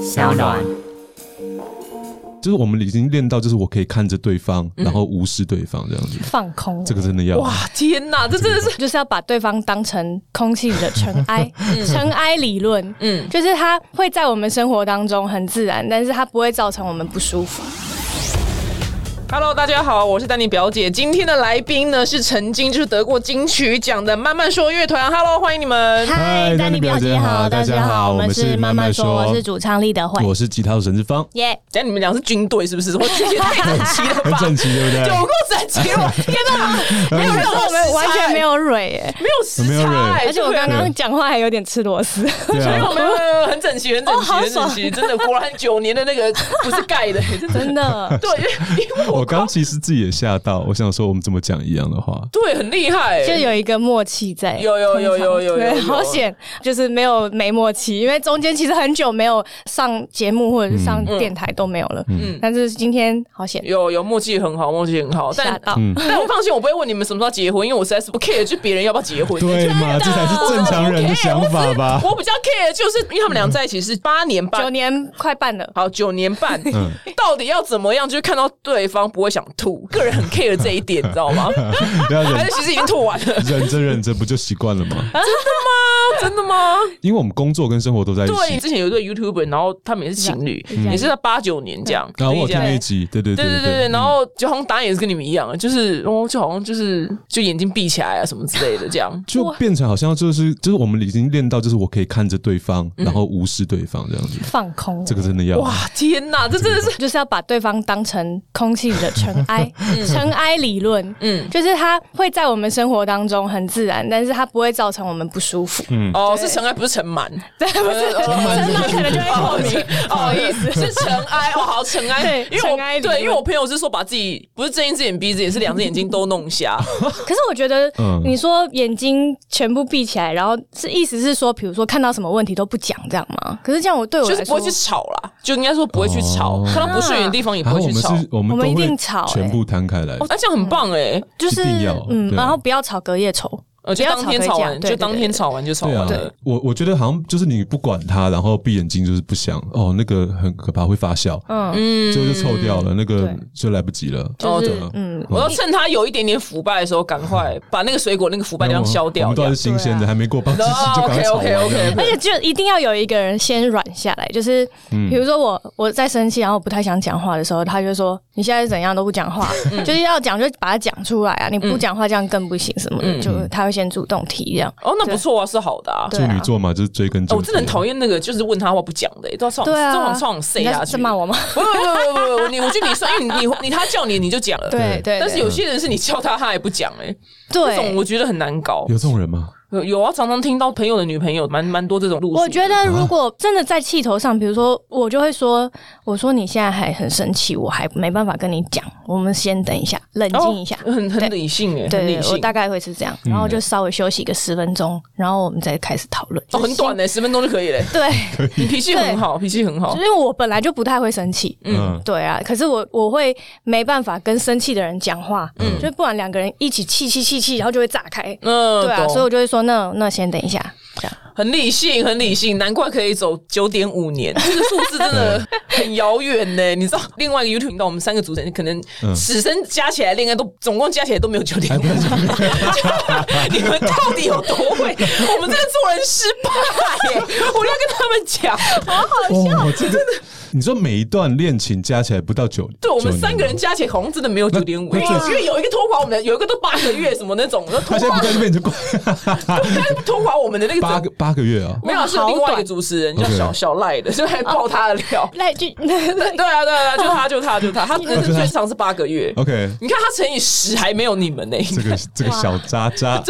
小暖。就是我们已经练到，就是我可以看着对方，嗯然后无视对方这样子。放空，这个真的要啊哇，天哪，这真的是，就是要把对方当成空气里的尘 埃，尘埃理论。嗯，就是它会在我们生活当中很自然，但是它不会造成我们不舒服。 Hello，大家好，我是丹尼表姐。今天的来宾呢是曾经就是得过金曲奖的慢慢说乐团。Hello，欢迎你们。嗨丹妮表姐好大家好我们是慢慢说我是主唱丽德惠我，是吉他手沈志芳， 耶！等一下你们俩是军队是 不是？我这也太整齐了很吧，整齐，对不对？有够整齐！我天哪，没有任何我们时完差全没有蕊耶、没有时 没有人差、欸，而且我刚对刚讲话还有点吃螺丝，对没啊有没有没有很整齐，很整哦齐，好很整齐，真的果然九年的 那个不是盖的、真的 真的。对，因为因为我我刚其实自己也吓到，我想说我们怎么讲一样的话，对很厉害、就有一个默契在，有有有有有有对有有好险，就是没有没默契，因为中间其实很久没有上节目或者是上嗯电台都没有了，嗯，但是今天好险，有有默契很好，默契很好，吓但嗯到，但我放心，我不会问你们什么时候结婚，因为我实在是不 care，就别人要不要结婚。对嘛？这才是正常人的想法吧？我比较 care 就是因为他们俩在一起是八年九半，年快半了，好九年半，嗯到底要怎么样，就是看到对方不会想吐，个人很 care 这一点，你知 道吗？不要还忍是其实已经吐完了？忍着忍着不就习惯了吗？真的吗？因为我们工作跟生活都在一对，起。之前有一对 YouTuber，然后他们也是情侣，嗯也是在八九年这样，然哦后我有这听样那一集，对对对对对对对，然后就好像答案也是跟你们一样，就是哦，就好像就是就眼睛闭起来啊什么之类的这样。就变成好像就是就是我们已经练到，就是我可以看着对方，然后无视对方这样子。放空，这个真的要嗯哇，天哪，这真的是就是要把对方当成空气里的尘 埃，尘埃理论，嗯嗯，就是它会在我们生活当中很自然，但是它不会造成我们不舒服，哦，是尘埃，不是尘螨。对，不是呃尘螨可能就会过敏，哦，不好意思，是尘埃哦，好尘埃对，因为我尘埃理论对，因为我朋友是说把自己不是睁一只眼闭一只眼，是两只眼睛都弄瞎，可是我觉得嗯，你说眼睛全部闭起来，然后是意思是说，比如说看到什么问题都不讲这样吗？可是这样 我对我就来是不说，会去吵啦，就应该说不会去吵哦，看到不顺眼的地方也不然后会我去们吵。是我们我们都一会定吵欸全部摊开来哦，，那这样很棒哎，就是一定要嗯，对啊然后不要吵隔夜仇，呃，就不要当天吵吵回家完，对就当天对对吵完就吵对完啊了。，我我觉得好像就是你不管他，然后闭眼睛就是不想哦，那个很可怕，会发酵，嗯，嗯最后就臭掉了，那个对就来不及了。哦就是对啊嗯，我要趁他有一点点腐败的时候，赶快把那个水果那个腐败地方消啊我掉哦们。都还是新啊鲜的，还没过半小时就赶哦快炒完 OK，OK，OK 了。而且就一定要有一个人先软下来，就是嗯比如说我我在生气，然后我不太想讲话的时候，他就说你现在是怎样都不讲话，嗯就是要讲就把它讲出来啊，你不讲话这样更不行什么的，嗯就他会先主动提这样，哦，那不错啊，是好的啊。对处啊女座嘛，就是追根哦究底。我真的很讨厌那个，就是问他话不讲的、欸，都要上对啊，这种这种 say 你在下去。在骂我吗？不不不不不，你我觉得你算，因为你你你他叫你你就讲了，对对，但是对有些人是你叫他他也不讲哎、欸，这种对。我觉得很难搞。有这种人吗？有有啊，常常听到朋友的女朋友蛮蛮多这种路数。我觉得如果真的在气头上，比如说我就会说，我说你现在还很生气，我还没办法跟你讲，我们先等一下，冷静一下。哦很很对理性哎、欸，很对理对，我性。嗯大概会是这样，然后就稍微休息个十分钟，然后我们再开始讨论。就哦，是很短先。哎、欸，哦十分钟就可以嘞、欸。对， 你脾气很好，脾气很好就是。因为我本来就不太会生气。 嗯，对啊，可是我我会没办法跟生气的人讲话，嗯，就不然两个人一起气气气气，然后就会炸开。嗯，对啊，懂所以我就会说，那那先等一下，这样。很理性，很理性，难怪可以走九点五年，这个数字 真嗯的很遥远呢。你知道，另外一个 YouTube 频道，我们三个主持人可能嗯此生加起来，恋爱都总共加起来都没有九点 五。 你们到底有多会？我们真的做人失败耶！我就要跟他们讲，哇，哦这个你说每一段恋情加起来不到九，对我们九年三个人加起来好像真的没有九点五，那因那这为因为有一个拖垮我们的，有一个都八个月什么那种，那他拖现在不在这边，你就 过拖垮我们的那个八整个八个月啊。没有啊是哇好另外一个短主持人叫小 OK 小赖的，就还爆他的料。那就 对啊，对啊，对啊，就他，就他，就他， 他哦人生最长是八个月。 OK，你看他乘以十还没有你们呢、这个这个小渣 渣，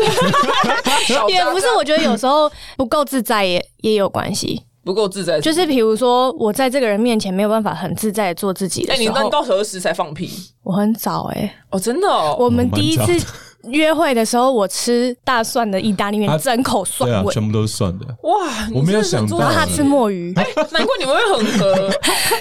小也不是，张我觉得有时候不够自在也也有关系。不够自在，。就是是比如说，我在这个人面前没有办法很自在地做自己哎、的你时那候，你到何时才放屁？我很早哎、哦，真的哦，我们我蛮第一早次的 约会的时候，我吃大蒜的意大利啊面，整口蒜对啊，味，全部都是蒜的。哇，你我没有真的是想做到然后啊他吃墨鱼，难怪你们会很 合，啊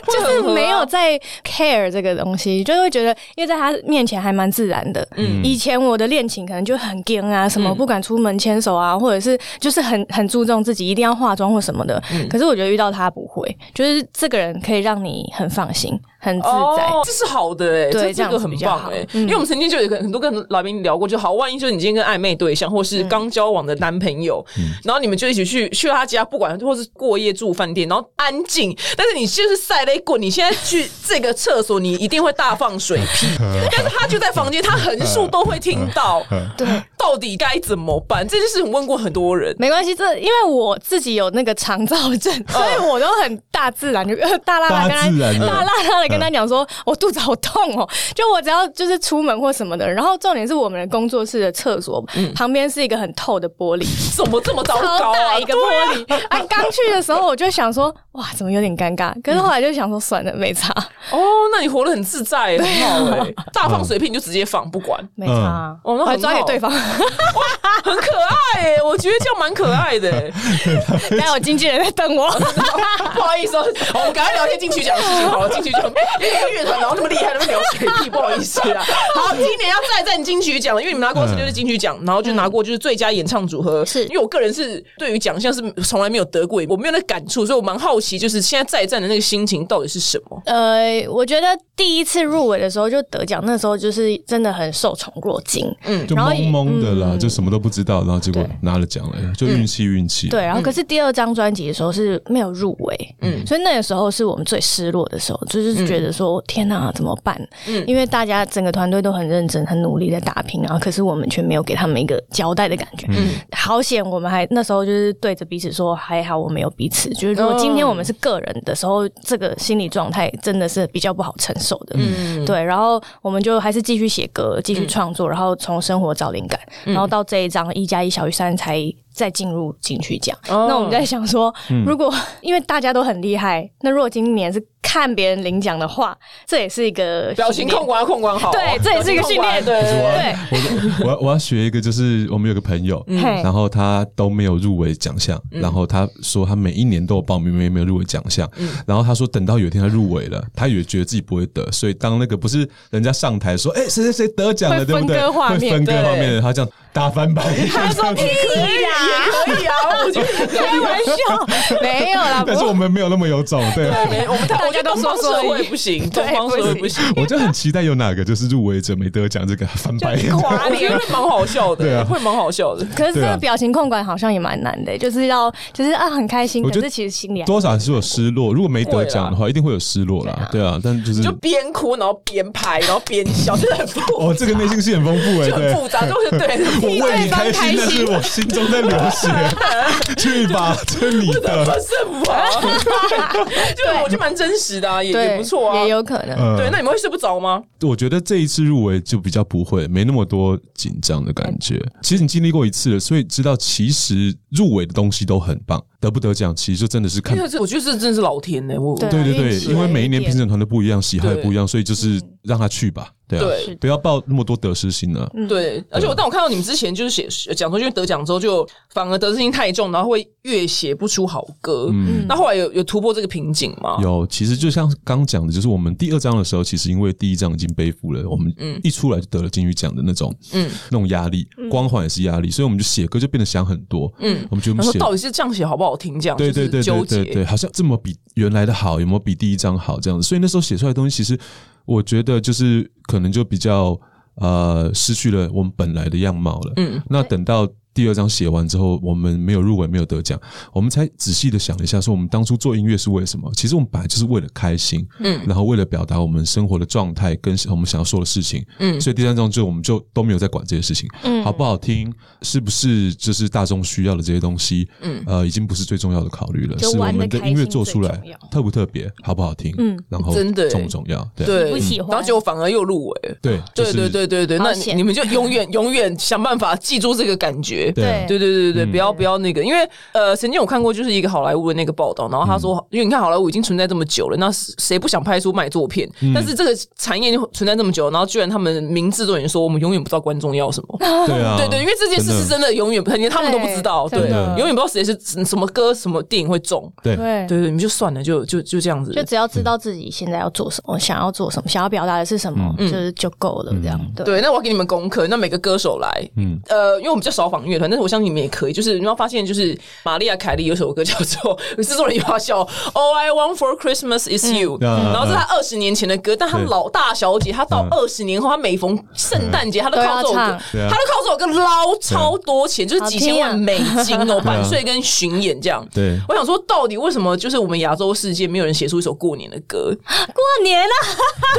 就是没有在 care 这个东西，就会觉得，因为在他面前还蛮自然的。嗯，以前我的恋情可能就很僵啊，什嗯么不敢出门牵手啊，或者是就是很很注重自己一定要化妆或什么的。嗯可是我觉得遇到他不会，就是这个人可以让你很放心、很自在。哦，这是好的哎、欸，对这这这样个子很比较棒好哎、欸，嗯因为我们曾经就有一个很多跟来宾聊过，就好，万一就是你今天跟暧昧对象或嗯是刚交往的男朋友，然后你们就一起去去他家，不管或是过夜住饭店，然后安静，但是你就是晒雷滚，你现在去这个厕所，你一定会大放水屁，但是他就在房间，他横竖都会听到，对，到底该怎么办？这件事情问过很多人。没关系，这因为我自己有那个肠燥症，所以我都很大自然就 大啦啦跟大自然他的大啦啦的跟他讲说，我肚子好痛哦。就我只要就是出门或什么的，然后重点是我们的工作室的厕所、旁边是一个很透的玻璃，怎么这么糟超糕啊？大一个玻璃。啊，刚去的时候我就想说，哇，怎么有点尴尬？可是后来就想说，算了，没差，哦，那你活得很自在欸，很好哎、大放水屁你就直接放，不管，没差啊。嗯哦那我很还抓给好对方，很可爱哎、我觉得这样蛮可爱的、欸。但我经纪人在瞪我。 不好意思、哦，好我们赶快聊天进去讲事情好了，进去讲。因为一个乐团然后那么厉害，那么聊水屁，不好意思啊。好，今年要再战金曲奖了，因为你们拿过十六届金曲奖，然后就拿过就是最佳演唱组合。是因为我个人是对于奖项是从来没有得过，我没有那感触，所以我蛮好奇，就是现在再战的那个心情到底是什么？呃，我觉得第一次入围的时候就得奖，那时候就是真的很受宠若惊。嗯，就然后也嗯懵懵的啦，就什么都不知道，然后结果拿了奖了，就运气运气。对，，然后可是第二张专辑的时候是没有入围，嗯，所以那个时候是我们最失落的时候，就是觉得说、天哪、怎么办？嗯，因为大家整个团队都很认真、很努力在打拼，然后可是我们却没有给他们一个交代的感觉。嗯，好险，我们还那时候就是对着彼此说，还好我们有彼此。就是如果今天我们是个人的时候，这个心理状态真的是比较不好承受的。嗯，对，然后我们就还是继续写歌，继续创作，然后从生活找灵感，然后到这一张一加一小于三才再进入金曲奖。哦嗯那我们在想说，嗯如果因为大家都很厉害，那如果今年是看别人领奖的话，这也是一个表情训练控管要控管好哦，对这也是一个训练表情控管对对对。对，我 要我要学一个，就是我们有个朋友，嘿然后他都没有入围奖项，嗯然后他说他每一年都有报名，没没有入围奖项，嗯然后他说等到有一天他入围了，他也觉得自己不会得，所以当那个不是人家上台说，哎，谁谁谁得奖了，会对不对？分割画面会分割对画面的，他这样大翻白眼，他说屁啦，也可以啊，我觉得开玩笑，没有啦， 但是我们没有那么有种，对。啊没我们大大家都说社所会以不行，东对方社会不行， 我就很期待有哪个就是入围者没得奖，这个翻白眼。哇，我觉得蛮好笑对的，啊会蛮好笑的。可是这对啊个表情控管好像也蛮难的、就是要就是啊很开心，我可觉得是其实心里还多少还是有失落，如果没得奖的话，一定会有失落啦，对啊，但就是啊就边哭然后边拍，然后边笑，真的很复哦，这个内心戏很丰富哎、就很对，复杂，就是对， 我为你开心，但是我心中在流 血，去吧，这你不的，是 我，就我就蛮真实的啊，也也对不错啊也。有可能。嗯对，那你们会睡不着吗？我觉得这一次入围就比较不会，没那么多紧张的感觉。其实你经历过一次了，所以知道其实入围的东西都很棒，得不得奖其实就真的是看因为这我觉得这真的是老天呢，我对对对对运，气因为每一年有一点评审团都不一样，喜好也不一样，所以就是让他去吧，对啊，对不要抱那么多得失心了、啊对，而且我但我看到你们之前就是写讲说，因为得奖之后就反而得失心太重，然后会越写不出好歌。那后来有有突破这个瓶颈吗？嗯有，其实就像刚讲的，就是我们第二章的时候，其实因为第一章已经背负了我们一出来就得了金曲奖的那种，嗯，那种压力，光环也是压力，所以我们就写歌就变得想很多，嗯，我们觉得我们他说写。到底是这样写好不好听？这样对对对就对是纠结对对，好像这么比原来的好，有没有比第一张好这样子？所以那时候写出来的东西，其实我觉得就是可能就比较呃失去了我们本来的样貌了。嗯，那等到第二张写完之后，我们没有入围，没有得奖，我们才仔细的想了一下，说我们当初做音乐是为什么？其实我们本来就是为了开心，嗯，然后为了表达我们生活的状态跟我们想要说的事情，嗯，所以第三张就我们就都没有在管这些事情，嗯，好不好听，是不是就是大众需要的这些东西，嗯，呃，已经不是最重要的考虑了，就是我玩得们的开音乐心做最出来重要特不特别，好不好听，嗯，然后真的重不重要，对对，不喜欢然后结果反而又入围。对对对，对对对，那好你险 你们就永远永远想办法记住这个感觉，觉。对啊对对对对对，对不要不要那个，因为呃，曾经有看过就是一个好莱坞的那个报道，然嗯后他说，因为你看好莱坞已经存在这么久了，那谁不想拍出卖座片？嗯但是这个产业存在这么久，然后居然他们名制作人说，我们永远不知道观众要什 么。对啊，对对，因为这件事是真的永远不，连他们都不知道，对对，真的永远不知道谁是什么歌、什么电影会中。对哦对，对对，你们就算了，就就就这样子。就只要知道自己现在要做什么，想要做什么，想要表达的是什么，嗯就是就够了，这样对。嗯对，那我要给你们功课。那每个歌手来，嗯嗯，呃，因为我们比较少访乐团，但是我相信你们也可以。就是你要发现，就是玛丽亚·凯莉有首歌叫做 制作人又要笑，All I Want for Christmas Is You，、嗯然后这是她二十年前的歌，但她对老大小姐，她到嗯二十年后，她每逢圣诞节，她都都靠要这首歌，唱对啊她都靠这首歌捞超多钱，就是几千万好听啊美金哦，版税跟巡演这样。 对我想说，到底为什么就是我们亚洲世界没有人写出一首过年的歌？过年了，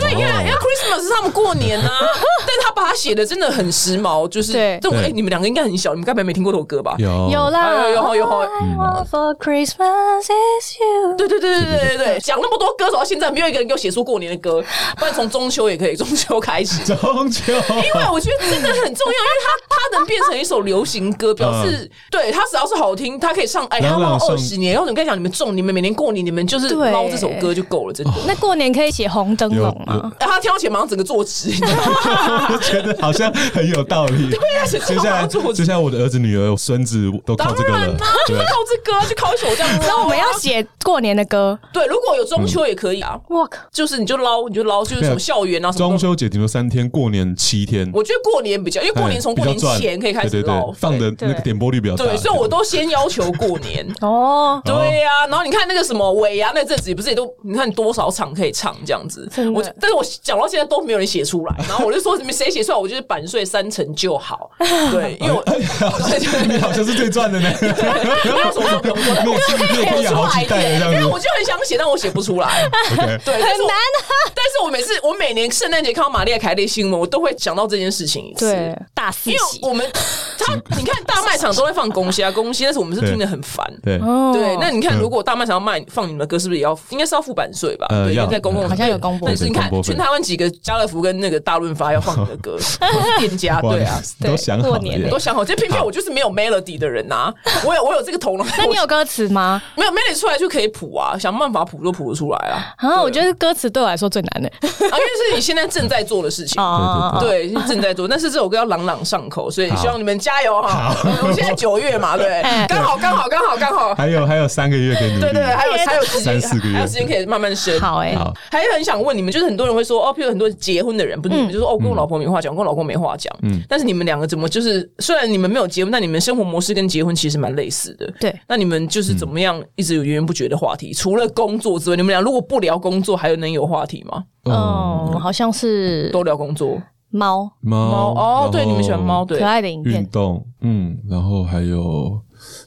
对，因为因为 Christmas 是他们过年呐、啊，但是他把它写的真的很时髦，就是对这种哎、对你们两个应该很小，你们该不会没听过这首歌吧？有有啦，哎有有有有 All I want for Christmas is you。对对对对对对对，讲那么多歌手，到现在没有一个人给我写出过年的歌，不然从中秋也可以，中秋开始。中秋，因为我觉得真的很重要，因为它它能变成一首流行歌，表示、对它只要是好听，它可以上哎，它朗朗放上二十年。然后我跟你讲，你们中，你们每年过年，你们就是对捞这首歌就够了，真的。那过年可以写红灯笼吗？哎他挑起来马上整个坐直，你知道吗我觉得好像很有道理。对对啊整接个下马来，上坐接直。下来我的儿子、女儿、孙子都靠这个当然了啦，，就对是，靠这歌啊，就靠一首这样子啊。那我们要写过年的歌。对，如果有中秋也可以啊，我靠，就是你就捞，你就捞，就是什么校园啊什么。中，秋节顶多三天，过年七天，哎我觉得过年比较，因为过年从过年前可以开始对对捞，对，放的那个点播率比较大，对，所以我都先要求过年。哦，对呀、然后你看那个什么尾牙那阵子，不是也都你看多少场可以唱这样子真的？我但是我讲到现在都没有人写 出来，然后我就说你们谁写出来，我就是版税三成 就好。对，因为我 对对 你对哎好像是最赚的呢， 因为什么时候不用说你也是你也可以我养好几代的这因为样我就很想写，但我写不出来。子，OK， 对，很难啊但是我每次我每年圣诞节看到玛丽亚·凯莉新闻，我都会想到这件事情一次。对，大四因为喜。我们他你看大卖场都会放公西啊，公西，但是我们是听得很烦。对，哦对，那你嗯看，如果大卖场要卖放你们的歌，是不是也要应该是要付版税吧？呃对，因要为在公共好像有公布但是你看对对公布，费全台湾几个家乐福跟那个大润发要放你的歌，或是店家哇对啊，，你都想好过了年耶我都想好，这偏偏我就是没有 melody 的人呐，我有我有这个头脑，那你有歌词吗？没有 melody 出来就可以谱啊，想办法谱都谱得出来啊，啊，我觉得歌词对我来说最难的。啊，因为是你现在正在做的事情。哦，对，是 正在做，但是这首歌要朗朗上口，所以希望你们加油哈！嗯我们现在九月嘛，对哎，刚好刚好刚好刚好，还有还有三个月可以努力，对对对，还 有还有时间，三四个月还有时间可以慢慢升。好哎，好，还很想问你们，就是很多人会说哦，譬如很多结婚的人，不嗯是你们就说哦，跟我老婆没话讲，跟我老公没话讲。嗯，但是你们两个怎么就是，虽然你们没有结婚，但你们生活模式跟结婚其实蛮类似的。对嗯那你们就是怎么样一直有源源不绝的话题？除了工作之外，你们俩如果不聊工作，还有能有话题吗？嗯，嗯，好像是都聊工作。猫猫猫哦，对，你们喜欢猫，，对可。爱的影运片。动，嗯，然后还有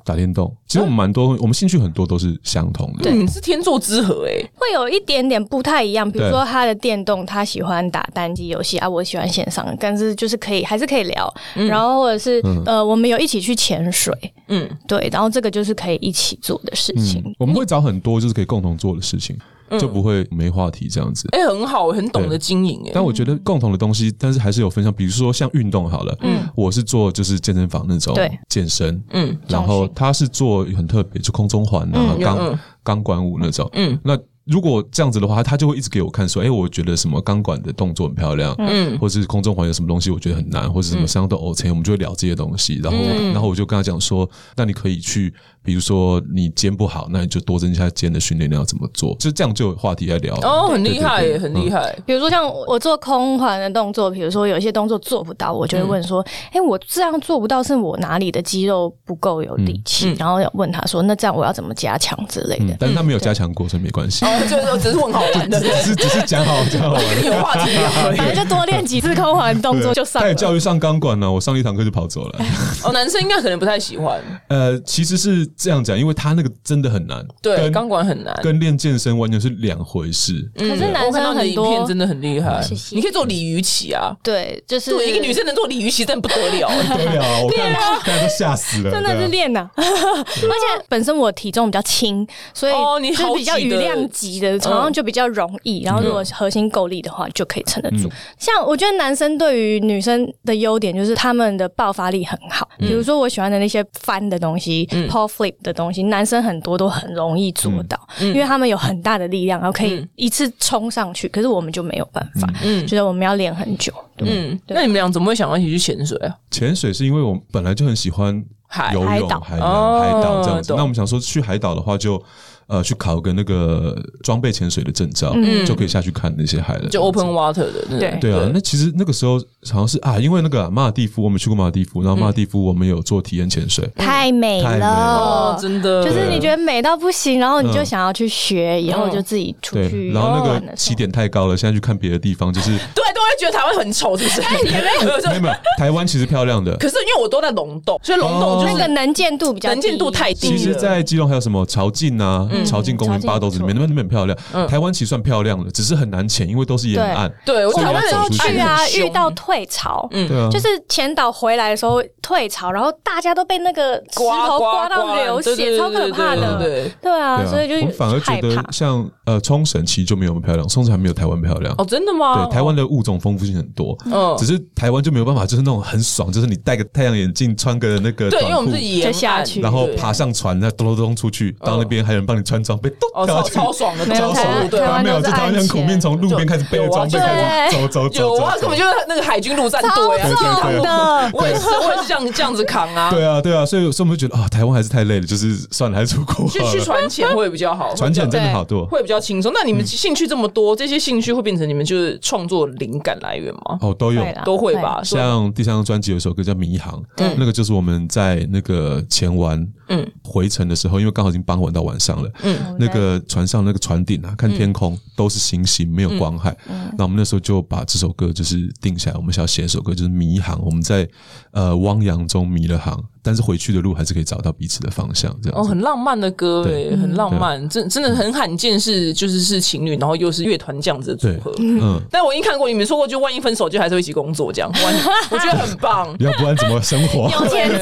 打电动，其实我们蛮多，我们兴趣很多都是相同的，你们嗯是天作之合哎、会有一点点不太一样，比如对说他的电动，他喜欢打单机游戏啊，我喜欢线上的，但是就是可以还是可以聊，然后或者是、嗯呃，我们有一起去潜水，嗯，对，然后这个就是可以一起做的事情。嗯，我们会找很多就是可以共同做的事情，就不会没话题这样子。哎、很好，很懂得对经营哎、但我觉得共同的东西，但是还是有分享，比如说像运动好了，嗯，我是做就是健身房那种对健身，嗯，然后他是做很特别，就空中环啊、钢钢管舞那种，嗯，那。如果这样子的话，他就会一直给我看说，哎、我觉得什么钢管的动作很漂亮，嗯，或者是空中环有什么东西我觉得很难，或者什嗯么上都 OK，我们就会聊这些东西。然后，然后我就跟他讲说，那你可以去，比如说你肩不好，那你就多增加肩的训练量怎么做，就这样就有话题来聊。哦，很厉害、欸，很嗯厉害、比如说像我做空环的动作，比如说有一些动作做不到，我就会问说：“嗯哎、我这样做不到，是我哪里的肌肉不够有力气？”然后问他说：“那这样我要怎么加强之类的？”嗯，但是他没有加强过，所以没关系，哦，就是只是问好玩的， 只是只嗯是讲好讲好玩。 有话题聊而已反正就多练几次空环动作就上他了也。教育上钢管呢、我上了一堂课就跑走了。 哦，男生应该可能不太喜欢。呃，其实是这样讲，因为他那个真的很难，对，跟钢管很难。嗯跟练健身完全是两回 事。可是男我看到生很你的影片多，真的很厉害谢，谢你可以做鲤鱼旗啊，对，就是对，一个女生能做鲤鱼旗，真的不得 了。不得了啊，我看大家都吓死了，真的是对啊练呐、 而且本身我体重比较轻，所以哦你就是好比较挤余的量级的，好像就比较容易。然后如果嗯核心够力的话，就可以撑得住。像我觉得男生对于女生的优点就是他们的爆发力很好，嗯比如说我喜欢的那些翻的东西、p o w e r flip 的东西，男生很多都很容易做嗯到，因为他们有很大的力量，然后可以一次冲上去。可是我们就没有办法，嗯觉得我们要练很久。嗯，那你们俩怎么会想要一起去潜水啊？潜水是因为我本来就很喜欢海游海泳、岛海洋、哦海岛这样子。懂那我们想说去海岛的话就，呃去考个那个装备潜水的证照，就可以下去看那些海了。就 open water 的那种，对对啊，那其实那个时候好像是啊，因为那个啊马尔蒂夫，我们去过马尔蒂夫，然后马尔蒂夫我们有做体验潜水，太美嗯太美了了哦，，真的，就是你觉得美到不行，然后你就嗯想要去学，以后就自己出对，去然后那玩个的时起候。点太高了，现在去看别的地方就是对，都会觉得台湾很丑，是不是？哎没 有，就没有没有，台湾其实漂亮的。可是因为我都在龙洞，所以龙洞就那个是能见度比较低能见度太低其了。实，在基隆还有什么潮境啊、潮境公园、潮境八斗子里面，那边那边很漂亮。台湾其实算漂亮的，只是很难潜，因为都是沿岸。对我所以台你湾要人走都出去去去啊很，凶遇到退潮，嗯对啊，就是前导回来的时候退潮，然后大家都被那个石刮头刮刮到流血，对对超可怕对对的。对对对啊，对啊，所以就我反而觉害怕得。像呃冲绳其实就没有那么漂亮，冲绳还没有台湾漂亮。哦，真的吗？对，台湾的物种丰富性很多，嗯只是台湾就没有办法，就是那种很爽，就是你戴个太阳眼镜，穿个那个对，短因为我们是裤，沿就下岸去然后对嗯爬上船，再咚咚咚出去，到那边还有人帮你穿装备，哦，咚跳超下超去。爽的，没有超超台爽爽的，的，湾对啊台湾没有，都这是台湾岸很苦线命，从路边开始背着装备开始走对走走有走啊，根本走就。是那个海军陆战队啊，超天堂爽路的我也是，我也是这样这样子扛啊。对啊，对啊，所以所以我们就觉得啊，台湾还是太累了，就是算了，还是出国去好去了。船潜会比较好，船嗯潜真的对好多会比较轻松。那你们兴趣这么多，这些兴趣会变成你们就是创作灵感来源吗？哦，都有对啦都会吧，是吧像第三张专辑有一首歌叫《迷航》，那个就是我们在那个前完嗯哦回程的时候，因为刚好已经傍晚到晚上了，嗯那个船上那个船顶啊，嗯看天空都是星星，没有光害。那我们那时候就把这首歌就是定下来，我们想要写一首歌，就是《迷航》，我们在呃汪洋中迷了航，但是回去的路还是可以找到彼此的方向，这哦，样子。很浪漫的歌诶、对很浪漫，真真的很罕见是就是是情侣，然后又是乐团这样子的组对合。，嗯，但我已经看过你们说过，就万一分手就还是会一起工作这样，万一我觉得很 棒。要不然怎么生 活？有钱 有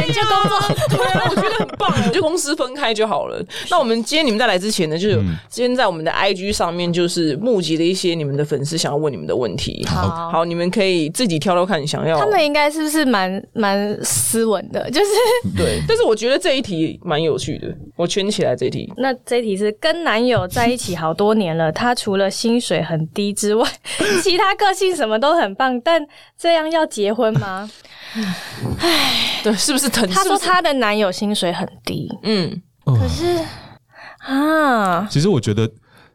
钱就工作，对啊，我觉得很棒，就公司分开就好了。那我们今天你们在来之前呢，就是有先在我们的 IG 上面，就是募集了一些你们的粉丝想要问你们的问题。好好，你们可以自己挑挑看，你想要他们应该是不是蛮蛮斯文的？就是对。但是我觉得这一题蛮有趣的，我圈起来这一题。那这一题是跟男友在一起好多年了，他除了薪水很低之外， 其他个性什么都很棒，但这样要结婚 吗？对，是不是疼？她是不说是她的男友薪水很低，嗯，可是啊，其实我觉得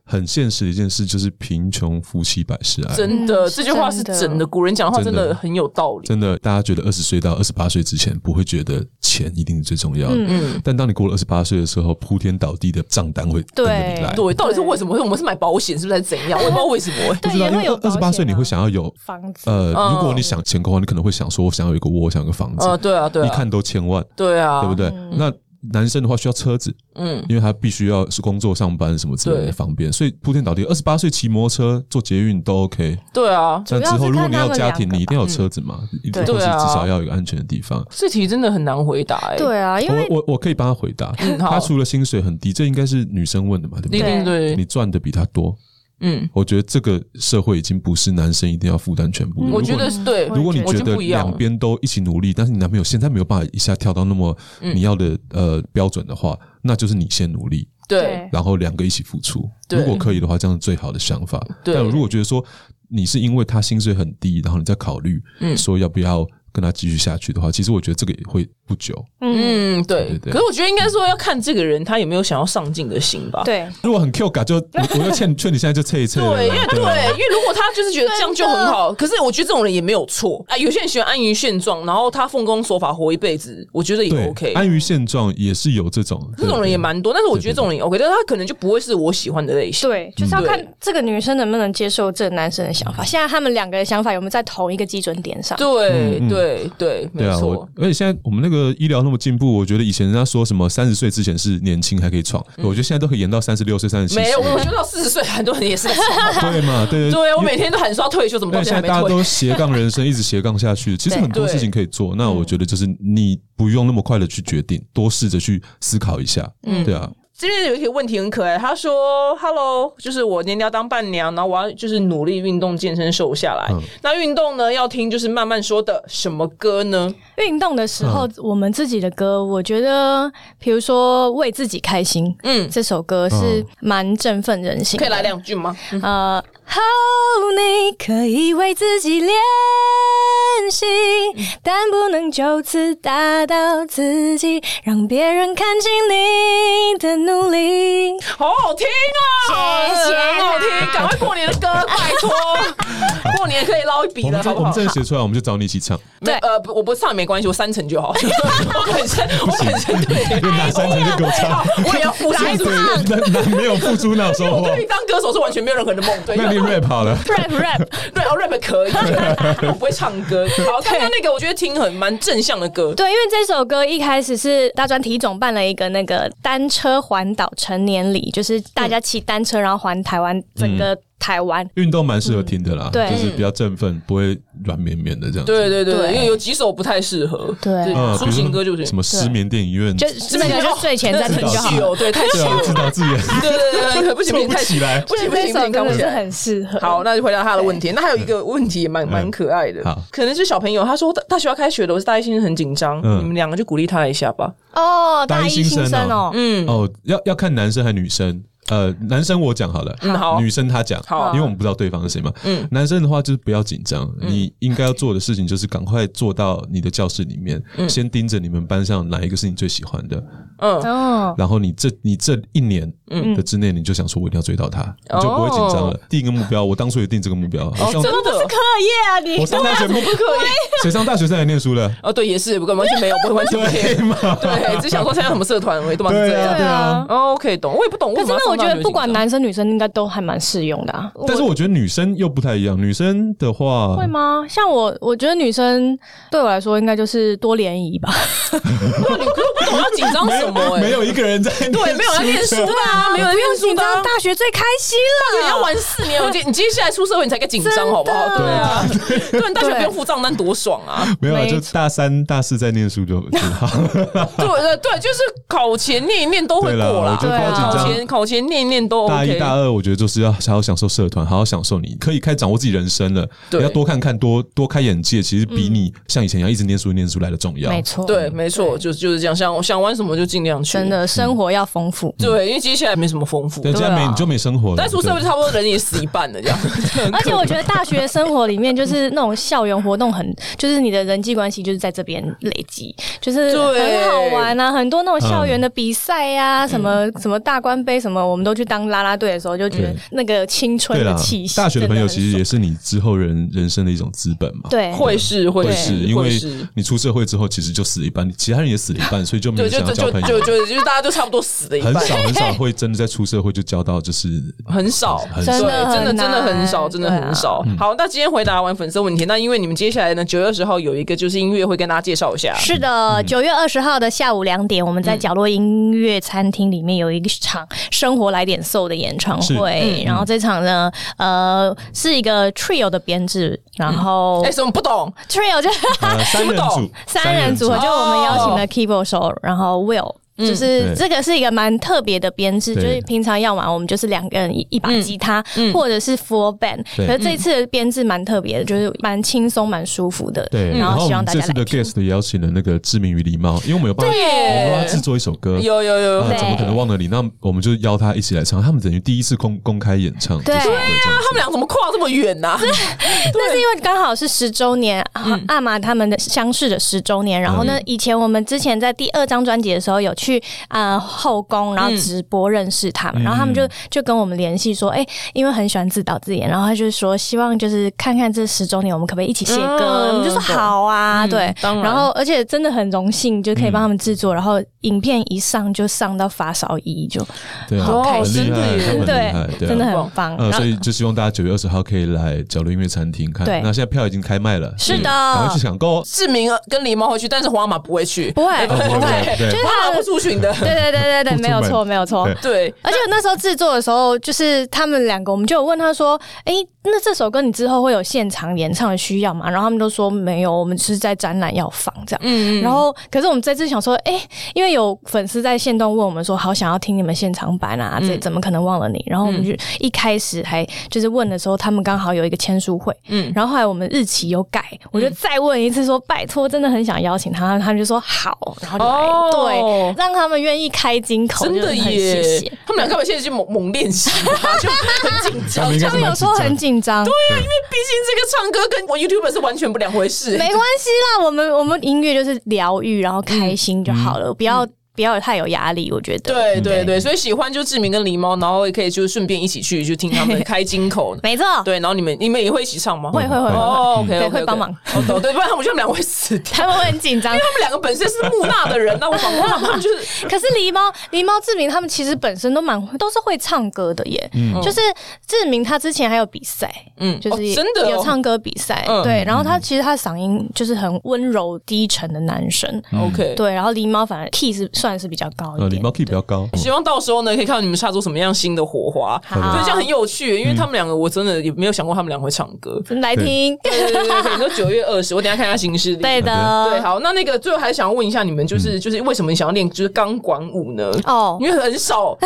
很现实的一件事就是贫穷夫妻百事哀。真的，嗯这句话是真的真的。古人讲哎话真真的的很有道理。真的，大家觉得二十岁到二十八岁之前不会觉得钱一定是最重要的，嗯嗯但当你过了二十八岁的时候，铺天倒地的账单会等着你来。对，到底是为什么？我们是买保险，是不是？还是怎样？我也不知道为什么。欸不对，知道，也因会为有二十八岁保险啊你会想要有房子，呃，嗯如果你想钱的话，你可能会想说，我想要有一个窝，我想要有个房子，呃，对啊，对一啊，看都千万，对啊，对不？对？嗯那男生的话需要车子，嗯，因为他必须要是工作上班什么之类对的方便，所以铺天倒地。二十八岁骑摩托车、坐捷运都 OK，对啊，但之后主要是看如果你他要们家庭，两个吧你一定要有车子嘛，一定对或是至对啊少要有一个安全的地方。这题真的很难回答哎。呃对啊，因为我我我可以帮他回答。嗯好他除了薪水很低，这应该是女生问的嘛，对不一对？定对你，赚的比他多，嗯，我觉得这个社会已经不是男生一定要负担全部的。嗯我觉得是对。如果你我觉就得不一样两边都一起努力，但是你男朋友现在没有办法一下跳到那么嗯你要的、呃标准的话，那就是你先努力，对然后两个一起付出。对如果可以的话，这样是最好的想法。对但如果觉得说你是因为他薪水很低，然后你再考虑嗯说要不要跟他继续下去的话，其实我觉得这个也会不久。嗯，嗯，对对。对可是我觉得应该说要看这个人他有没有想要上进的心吧。对，如果很 Q 感，就我我就劝劝你现在就测一测了啦。对，因为对，啊因为如果他就是觉得这样就很好，可是我觉得这种人也没有错啊。有些人喜欢安于现状，然后他奉公守法活一辈子，我觉得也对 OK。安于现状也是有这种这种人也蛮多，但是我觉得这种人也 OK，但是他可能就不会是我喜欢的类型。嗯对，啊就是要看这个女生能不能接受这个男生的想法。现在他们两个的想法有没有在同一个基准点上？对嗯嗯对对，没对啊，错我。而且现在我们那个医疗那么进步，我觉得以前人家说什么三十岁之前是年轻还可以闯，我觉得现在都可以延到三十六岁、三十七岁嗯没，有，我觉得到四十岁，很多人也是在想。 对嘛？对 对，我因为每天都喊说要退休，怎么对，东西现在还没大家退都？斜杠人生，一直斜杠下去。其实对很多事情可以做，那嗯我觉得就是你不用那么快的去决定，多试着去思考一下。嗯，对啊，这边有一个问题很可爱，他说：“Hello，就是我年底要当伴娘，然后我要就是努力运动、健身、瘦下来。嗯那运动呢，要听就是慢慢说的什么歌呢？运动的时候，我们自己的歌，我觉得，比如说《为自己开心》嗯，这首歌是嗯蛮振奋人心的。可以来两句吗？呃，好，你可以为自己练习，但不能就此打倒自己，让别人看清你的努力。好好听啊，谢谢啦很好听！赶快过年的歌，拜 托，过年可以捞一笔我们了，好这不我好们？真的写出来，我们就找你一起唱，没呃，不我不唱也没关系，我三成就 好。我本身 我本身 对，哎就拿三成就给我唱。我也要付出，是不是？ 对，那那没有付出那有收 我获，对于当歌手是完全没有任何的梦，对。那你 rap 好了。 rap rap，对，我 rap 可以，我不会唱歌。好，刚刚那个我觉得听很蛮正向的歌，对，因为这首歌一开始是大专体总办了一个那个单车环岛成年礼，就是大家骑单车然后环台湾整个台湾。运动蛮适合听的啦，对就是比较振奋，不会软绵绵的这样子。对对对，对因为有几首不太适合，对嗯，抒情歌就比如是说什么失眠电影院，就对那个就睡前再听就好哦，对，太气啊，了，自导自演，对对对对，不行不行，做不太起来不行不这首行，不行，真看不的起是来。很适合。好，那就回答他的问题。那还有一个问题也蛮蛮可爱的好，可能是小朋友，他说大大学要开学了，我是大一新生，很紧张，嗯你们两个就鼓励他一下吧。哦，大大一一新新生生哦哦，嗯哦，要要看男生还是女生？呃，男生我讲好了，嗯，好女，生她讲，好因为我们不知道对方是谁嘛。嗯男生的话就是不要紧张，你应该要做的事情就是赶快坐到你的教室里面，先盯着你们班上哪一个是你最喜欢的，嗯，哦，然后你这你这一年嗯的之内，你就想说我一定要追到他，哦你就不会紧张了。定一个目标，我当初也定这个目标，我上真的课业啊，你 我上大学不不可以。谁上大学再来念书了？哦，对，也是，不完全没有，不会完全没有对。嘛？对，啊只想说参加什么社团而已，都蛮对这啊，样。对啊。哦，OK，懂。我也不懂为可什是么那要上大学紧张。我觉得不管男生女生应该都还蛮适用的啊。但是我觉得女生又不太一样，女生的话会吗？像我，我觉得女生对我来说应该就是多联谊 吧。你可是我不懂要紧张没什有么、欸？没有一个人在对，没有要念书 的啊，没有人念书的、啊。大学最开心你要玩四年，我觉得你接下来出社会你才该紧张，好不好？对啊，对，你大学不用付账单多爽啊！ 没有啊，没就大三、大四在念书就就好。对对对，就是考前念一念都会对啦过啦。我觉得对啊不考要紧张前。考前念一念都大一、大 OK。二，我觉得就是要好好享受社团，好好享受你可以开始掌握自己人生了。对要多看看，多多开眼界，其实比你像以前一样一直念书念书来的重要。没错，对，，嗯没错，就是就是这样，想想玩什么就尽量去。嗯真，的生活要丰富。对，因为接下来没什么丰富。但这样没你就没生活了。但出社会对就差不多人也死一半了，这样。 而且我觉得大学生活里面就是那种校园活动很，就是你的人际关系就是在这边累积，就是对很好玩啊，很多那种校园的比赛呀、嗯什么什么大官杯什么，我们都去当啦啦队的时候，就觉得对那个青春对的啦气，息。大学的朋友真很其实也爽是你之后人人生的一种资本嘛。对会是会会是是，因会为是你出社会之后，其实就死了一半，其他人也死了一半，所以就没对，有就想要就交就朋就友。就就大家就差不多死了一很半，少很 少会真的在出社会就交到就是很少，很真少嗯的对真的很真的很少，难真的对很啊少。好，那今天回答完粉丝问题，那因为你们接下来呢，九月十号有一个就是音乐会跟大家介绍一啊下，是嗯的，九月二十号的下午两点，我们在角落音乐餐厅里面有一场《生活来点 soul》的演唱是嗯会。然后这场呢，呃，是一个 trio 的编制，然后嗯哎，什么不懂？ trio 就 呃三人组三人组合，就哦嗯我们邀请了 keyboard 手，然后 Will。就是对这个是一个蛮特别的编制，就对是平常要玩我们就是两个人一一把吉他，或者是 full band，对可是这次的编制蛮特别的，就是蛮轻松、蛮舒服的。对，嗯然然后后希我们望大这家次来的听。 guest 也邀请了那个志明与礼貌，因为我们有帮他，对我们帮他制作一首歌，有有有啊对，怎么可能忘了你？那我们就邀他一起来唱，他们等于第一次公公开演唱这对啊首歌，这样他们子。俩怎么跨这么远啊呐？那是因为刚好是十周年，嗯啊阿玛他们的相识的十周年。然后呢，以前我们之前在第二张专辑的时候有去啊后宫，然后嗯直播认识他们，然后他们就就跟我们联系说，哎，因为很喜欢自导自演，然后他就说希望就是看看这十周年我们可不可以一起写歌，嗯我们就说好啊，嗯对，当然然后而且真的很荣幸就可以帮他们制嗯作，然后影片一上就上到发烧一就对啊，哦很厉害，他真们很的耶厉害，对啊真的很棒，呃，然后所以就希望大家九月二十号可以来角落音乐餐厅看。对那现在票已经开卖了，是的嗯赶快去抢购哦。 志明跟狸猫会去，但是皇马不会去，不会不哦不会会，对就是皇他马不的出群的。对对对对对，没有错没有错对。对，而且那时候制作的时候，就是他们两个，我们就有问他说：“哎、那这首歌你之后会有现场演唱的需要吗？”然后他们都说没有，我们是在展览要放这样。嗯然后，可是我们这次想说，哎、因为有粉丝在线动问我们说，好想要听你们现场版啊，嗯这怎么可能忘了你？然后我们就一开始还就是问的时候，他们刚好有一个签书会，嗯嗯，然后后来我们日期有改，我就再问一次说，拜托，真的很想邀请他，他们就说好，然后就来，哦对，让他们愿意开金口，真的就是很耶！谢谢。他们俩根本现在就猛猛 练习吧，就很紧他张。们毕应竟该他们有说很紧张，这个唱歌跟我 YouTube 是完全不两回事。没关系啦，我们我们音乐就是疗愈，然后开心就好了，不要不要太有压力，我觉得。。对对嗯对，所以喜欢就志明跟狸猫，然后也可以就顺便一起去就听他们开金口没错，对，然后你们你们也会一起唱吗？会会会会，哦，OK，对会帮忙。哦，懂对，不然我们就他们俩会死掉。他们会很紧张。 他们两个本身是木讷的人，那我仿佛他们就是可是狸猫、狸猫志明他们其实本身都蛮都是会唱歌的耶，就是志明他之前还有比赛，嗯就是哦真的哦有唱歌比赛，嗯对。然后他其实他的嗓音就是很温柔低沉的男生， OK。对。然后狸猫反而 key 是算是比较高呃，礼一点，貌 key 比较高，希望到时候呢，可以看到你们擦出什么样新的火花，好对，这样很有趣。因为他们两个，我真的也没有想过他们两个会唱歌。来听，对对对，对你说九月二十，我等一下看一下行事历。对的，对，好，那那个最后还想要问一下你们，就是就是为什么你想要练就是钢管舞呢？哦。因为很少。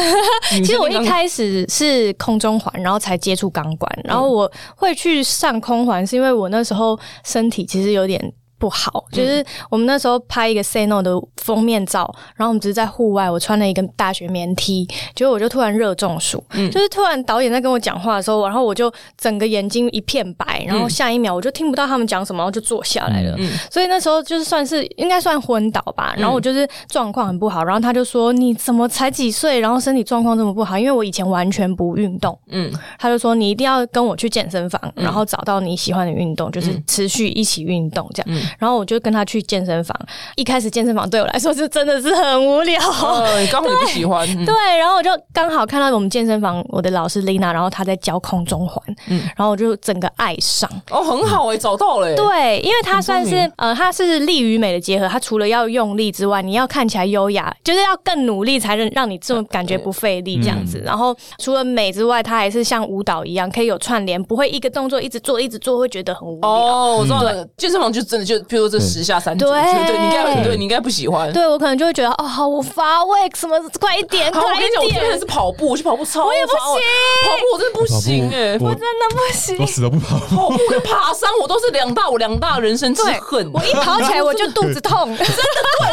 其其实我一开始是空中环，然后才接触钢管，然后我会去上空环，是因为我那时候身体其实有点。不好，嗯就是我们那时候拍一个 Say No 的封面照，然后我们只是在户外，我穿了一个大学棉 T，结果我就突然热中暑，嗯就是突然导演在跟我讲话的时候，然后我就整个眼睛一片白，嗯然后下一秒我就听不到他们讲什么，然后就坐下来了。所以那时候就是算是应该算昏倒吧，然后我就是状况很不好，然后他就说你怎么才几岁，然后身体状况这么不好？因为我以前完全不运动，嗯嗯，他就说你一定要跟我去健身房，然后找到你喜欢的运动，就是持续一起运动这样。然后我就跟他去健身房，一开始健身房对我来说是真的是很无聊。呃，钢管你不喜欢，嗯对，然后我就刚好看到我们健身房我的老师 Lina，然后她在教空中环，然后我就整个爱上。哦，很好哎，找到了欸。对，因为它算很聪是呃，它是力与美的结合。它除了要用力之外，你要看起来优雅，就是要更努力才能让你这种感觉不费力这样嗯子。然后除了美之外，它还是像舞蹈一样可以有串联，不会一个动作一直做一直做，会觉得很无聊。哦，我知道了，健身房就真的就，譬如说这十下三组，对对对，你应该对，你应该不喜欢。对我可能就会觉得哦，好我乏味，什么快一点，好，快 我跟你讲，我一真的点，是跑步，我去跑步超我也不超行跑步我真的不行哎，我真的不行我。死都不跑步。跑步跟爬山我都是两大我两大人生之对恨。我一跑起来我就肚子 痛，对，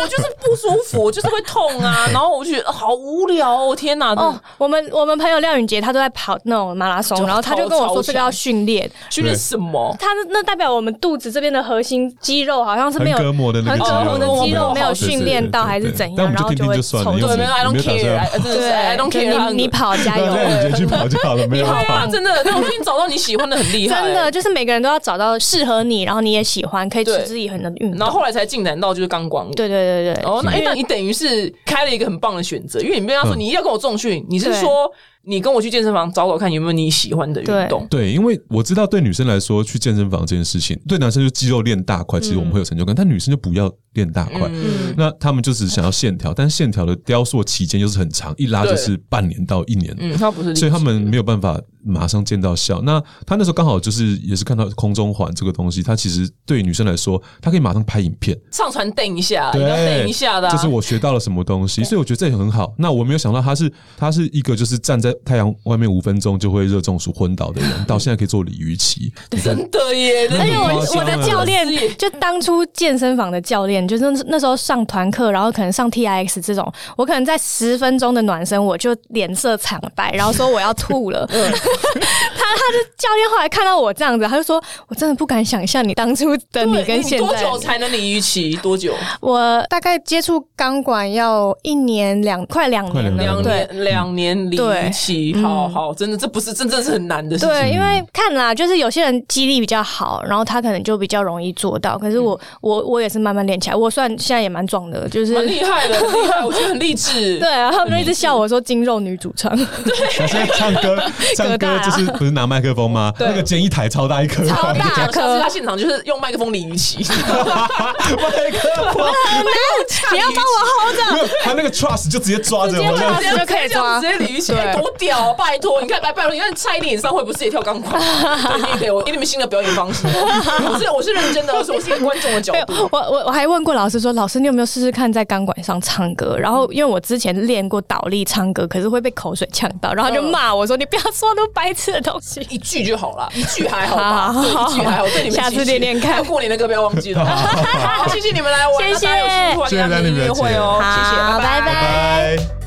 我就是不舒 服，我就是会痛啊，然后我就觉得好无聊哦，天哪！哦，我们我们朋友廖允杰他都在跑那种马拉松就，然后他就超跟我超说这个要训练，训练什么？他那那代表我们肚子这边的核心肌肉好像是没有横膈膜的那个横膈膜肌肉的肌肉没有对对训练到对对还是对怎但样，我们然就后听会就算了抽因为对，筋没有，I don't 你没有 care，打 I- 真的是 I don't 就 care 他。你你跑 加油。那你就去跑就好了， 没有厉害啊，跑。真的，那我觉得你找到你喜欢的很厉害，真的。就是每个人都要找到适合你，然后你也喜欢，可以对持之以恒的运然后动。后来才进展到就是钢管舞。对对对对，哦，那哎因那为你等于是开了一个很棒的选择，因为你没有跟他说嗯你一定要跟我重训，你是对说你跟我去健身房找找看有没有你喜欢的运动。对，因为我知道对女生来说去健身房这件事情，对男生就肌肉练大块，其嗯实我们会有成就感，但女生就不要练大块。嗯，那他们就只想要线条，但线条的雕塑期间又是很长，一拉就是半年到一年。嗯，他不是立体，所以他们没有办法马上见到效。那他那时候刚好就是也是看到空中环这个东西，他其实对女生来说，他可以马上拍影片，上传瞪一下，你要对，瞪一下的啊，就是我学到了什么东西，所以我觉得这也很好。那我没有想到他是他是一个就是站在太阳外面五分钟就会热中暑昏倒的人，到现在可以做鲤鱼旗，真的耶， 那而你很且夸我张我的啊教练就当初健身房的教练，就是那那时候上团课，然后可能上 T I X 这种，我可能在十分钟的暖身，我就脸色惨白，然后说我要吐了， 他他就教练后来看到我这样子，他就说：“我真的不敢想象你当初的你跟现多在的久你。才能离于其多久？我大概接触钢管要一年两快两快年了，两年两对。年，两年离对嗯于其，好好，真的，这不是，真正是很难的事情。对，因为看啦，就是有些人肌力比较好，然后他可能就比较容易做到。可是我，我我也是慢慢练起来。我算现在也蛮壮的， 就是蛮厉害的，很厉害，我觉得很励志。对，啊，他们就一直笑我说“精肉女主 唱”，他现在唱歌，唱大歌啊就是不是拿麦克风吗？对那个建一台超大一颗，超大下次颗 他现场就是用麦克风理于其， 麦克风， 你要帮我 hold 着。没有，他那个 trust 就直接抓着我直接了把。就可以抓直接理于其，对哎多屌啊！拜托，你看，拜拜托，你看蔡依林 演唱会不是也跳钢管？对对对，我给你们新的表演方式。我是我是认真的，我是我是一个观众的角没有 度。，我我我还问过老师说，老师你有没有试试看在钢管上唱歌？然后因为我之前练过倒立唱歌，可是会被口水呛到，然后他就骂我说你不要说那么白痴的东西。一句就好了，一句还好吧？好好好对一句还好，对你们下次继续练练看还有过年的歌不要忘记 了。好谢谢你们来玩，谢谢那大家有兴趣的话谢谢跟他们丹妮约表姐会哦，谢谢，好拜拜拜拜。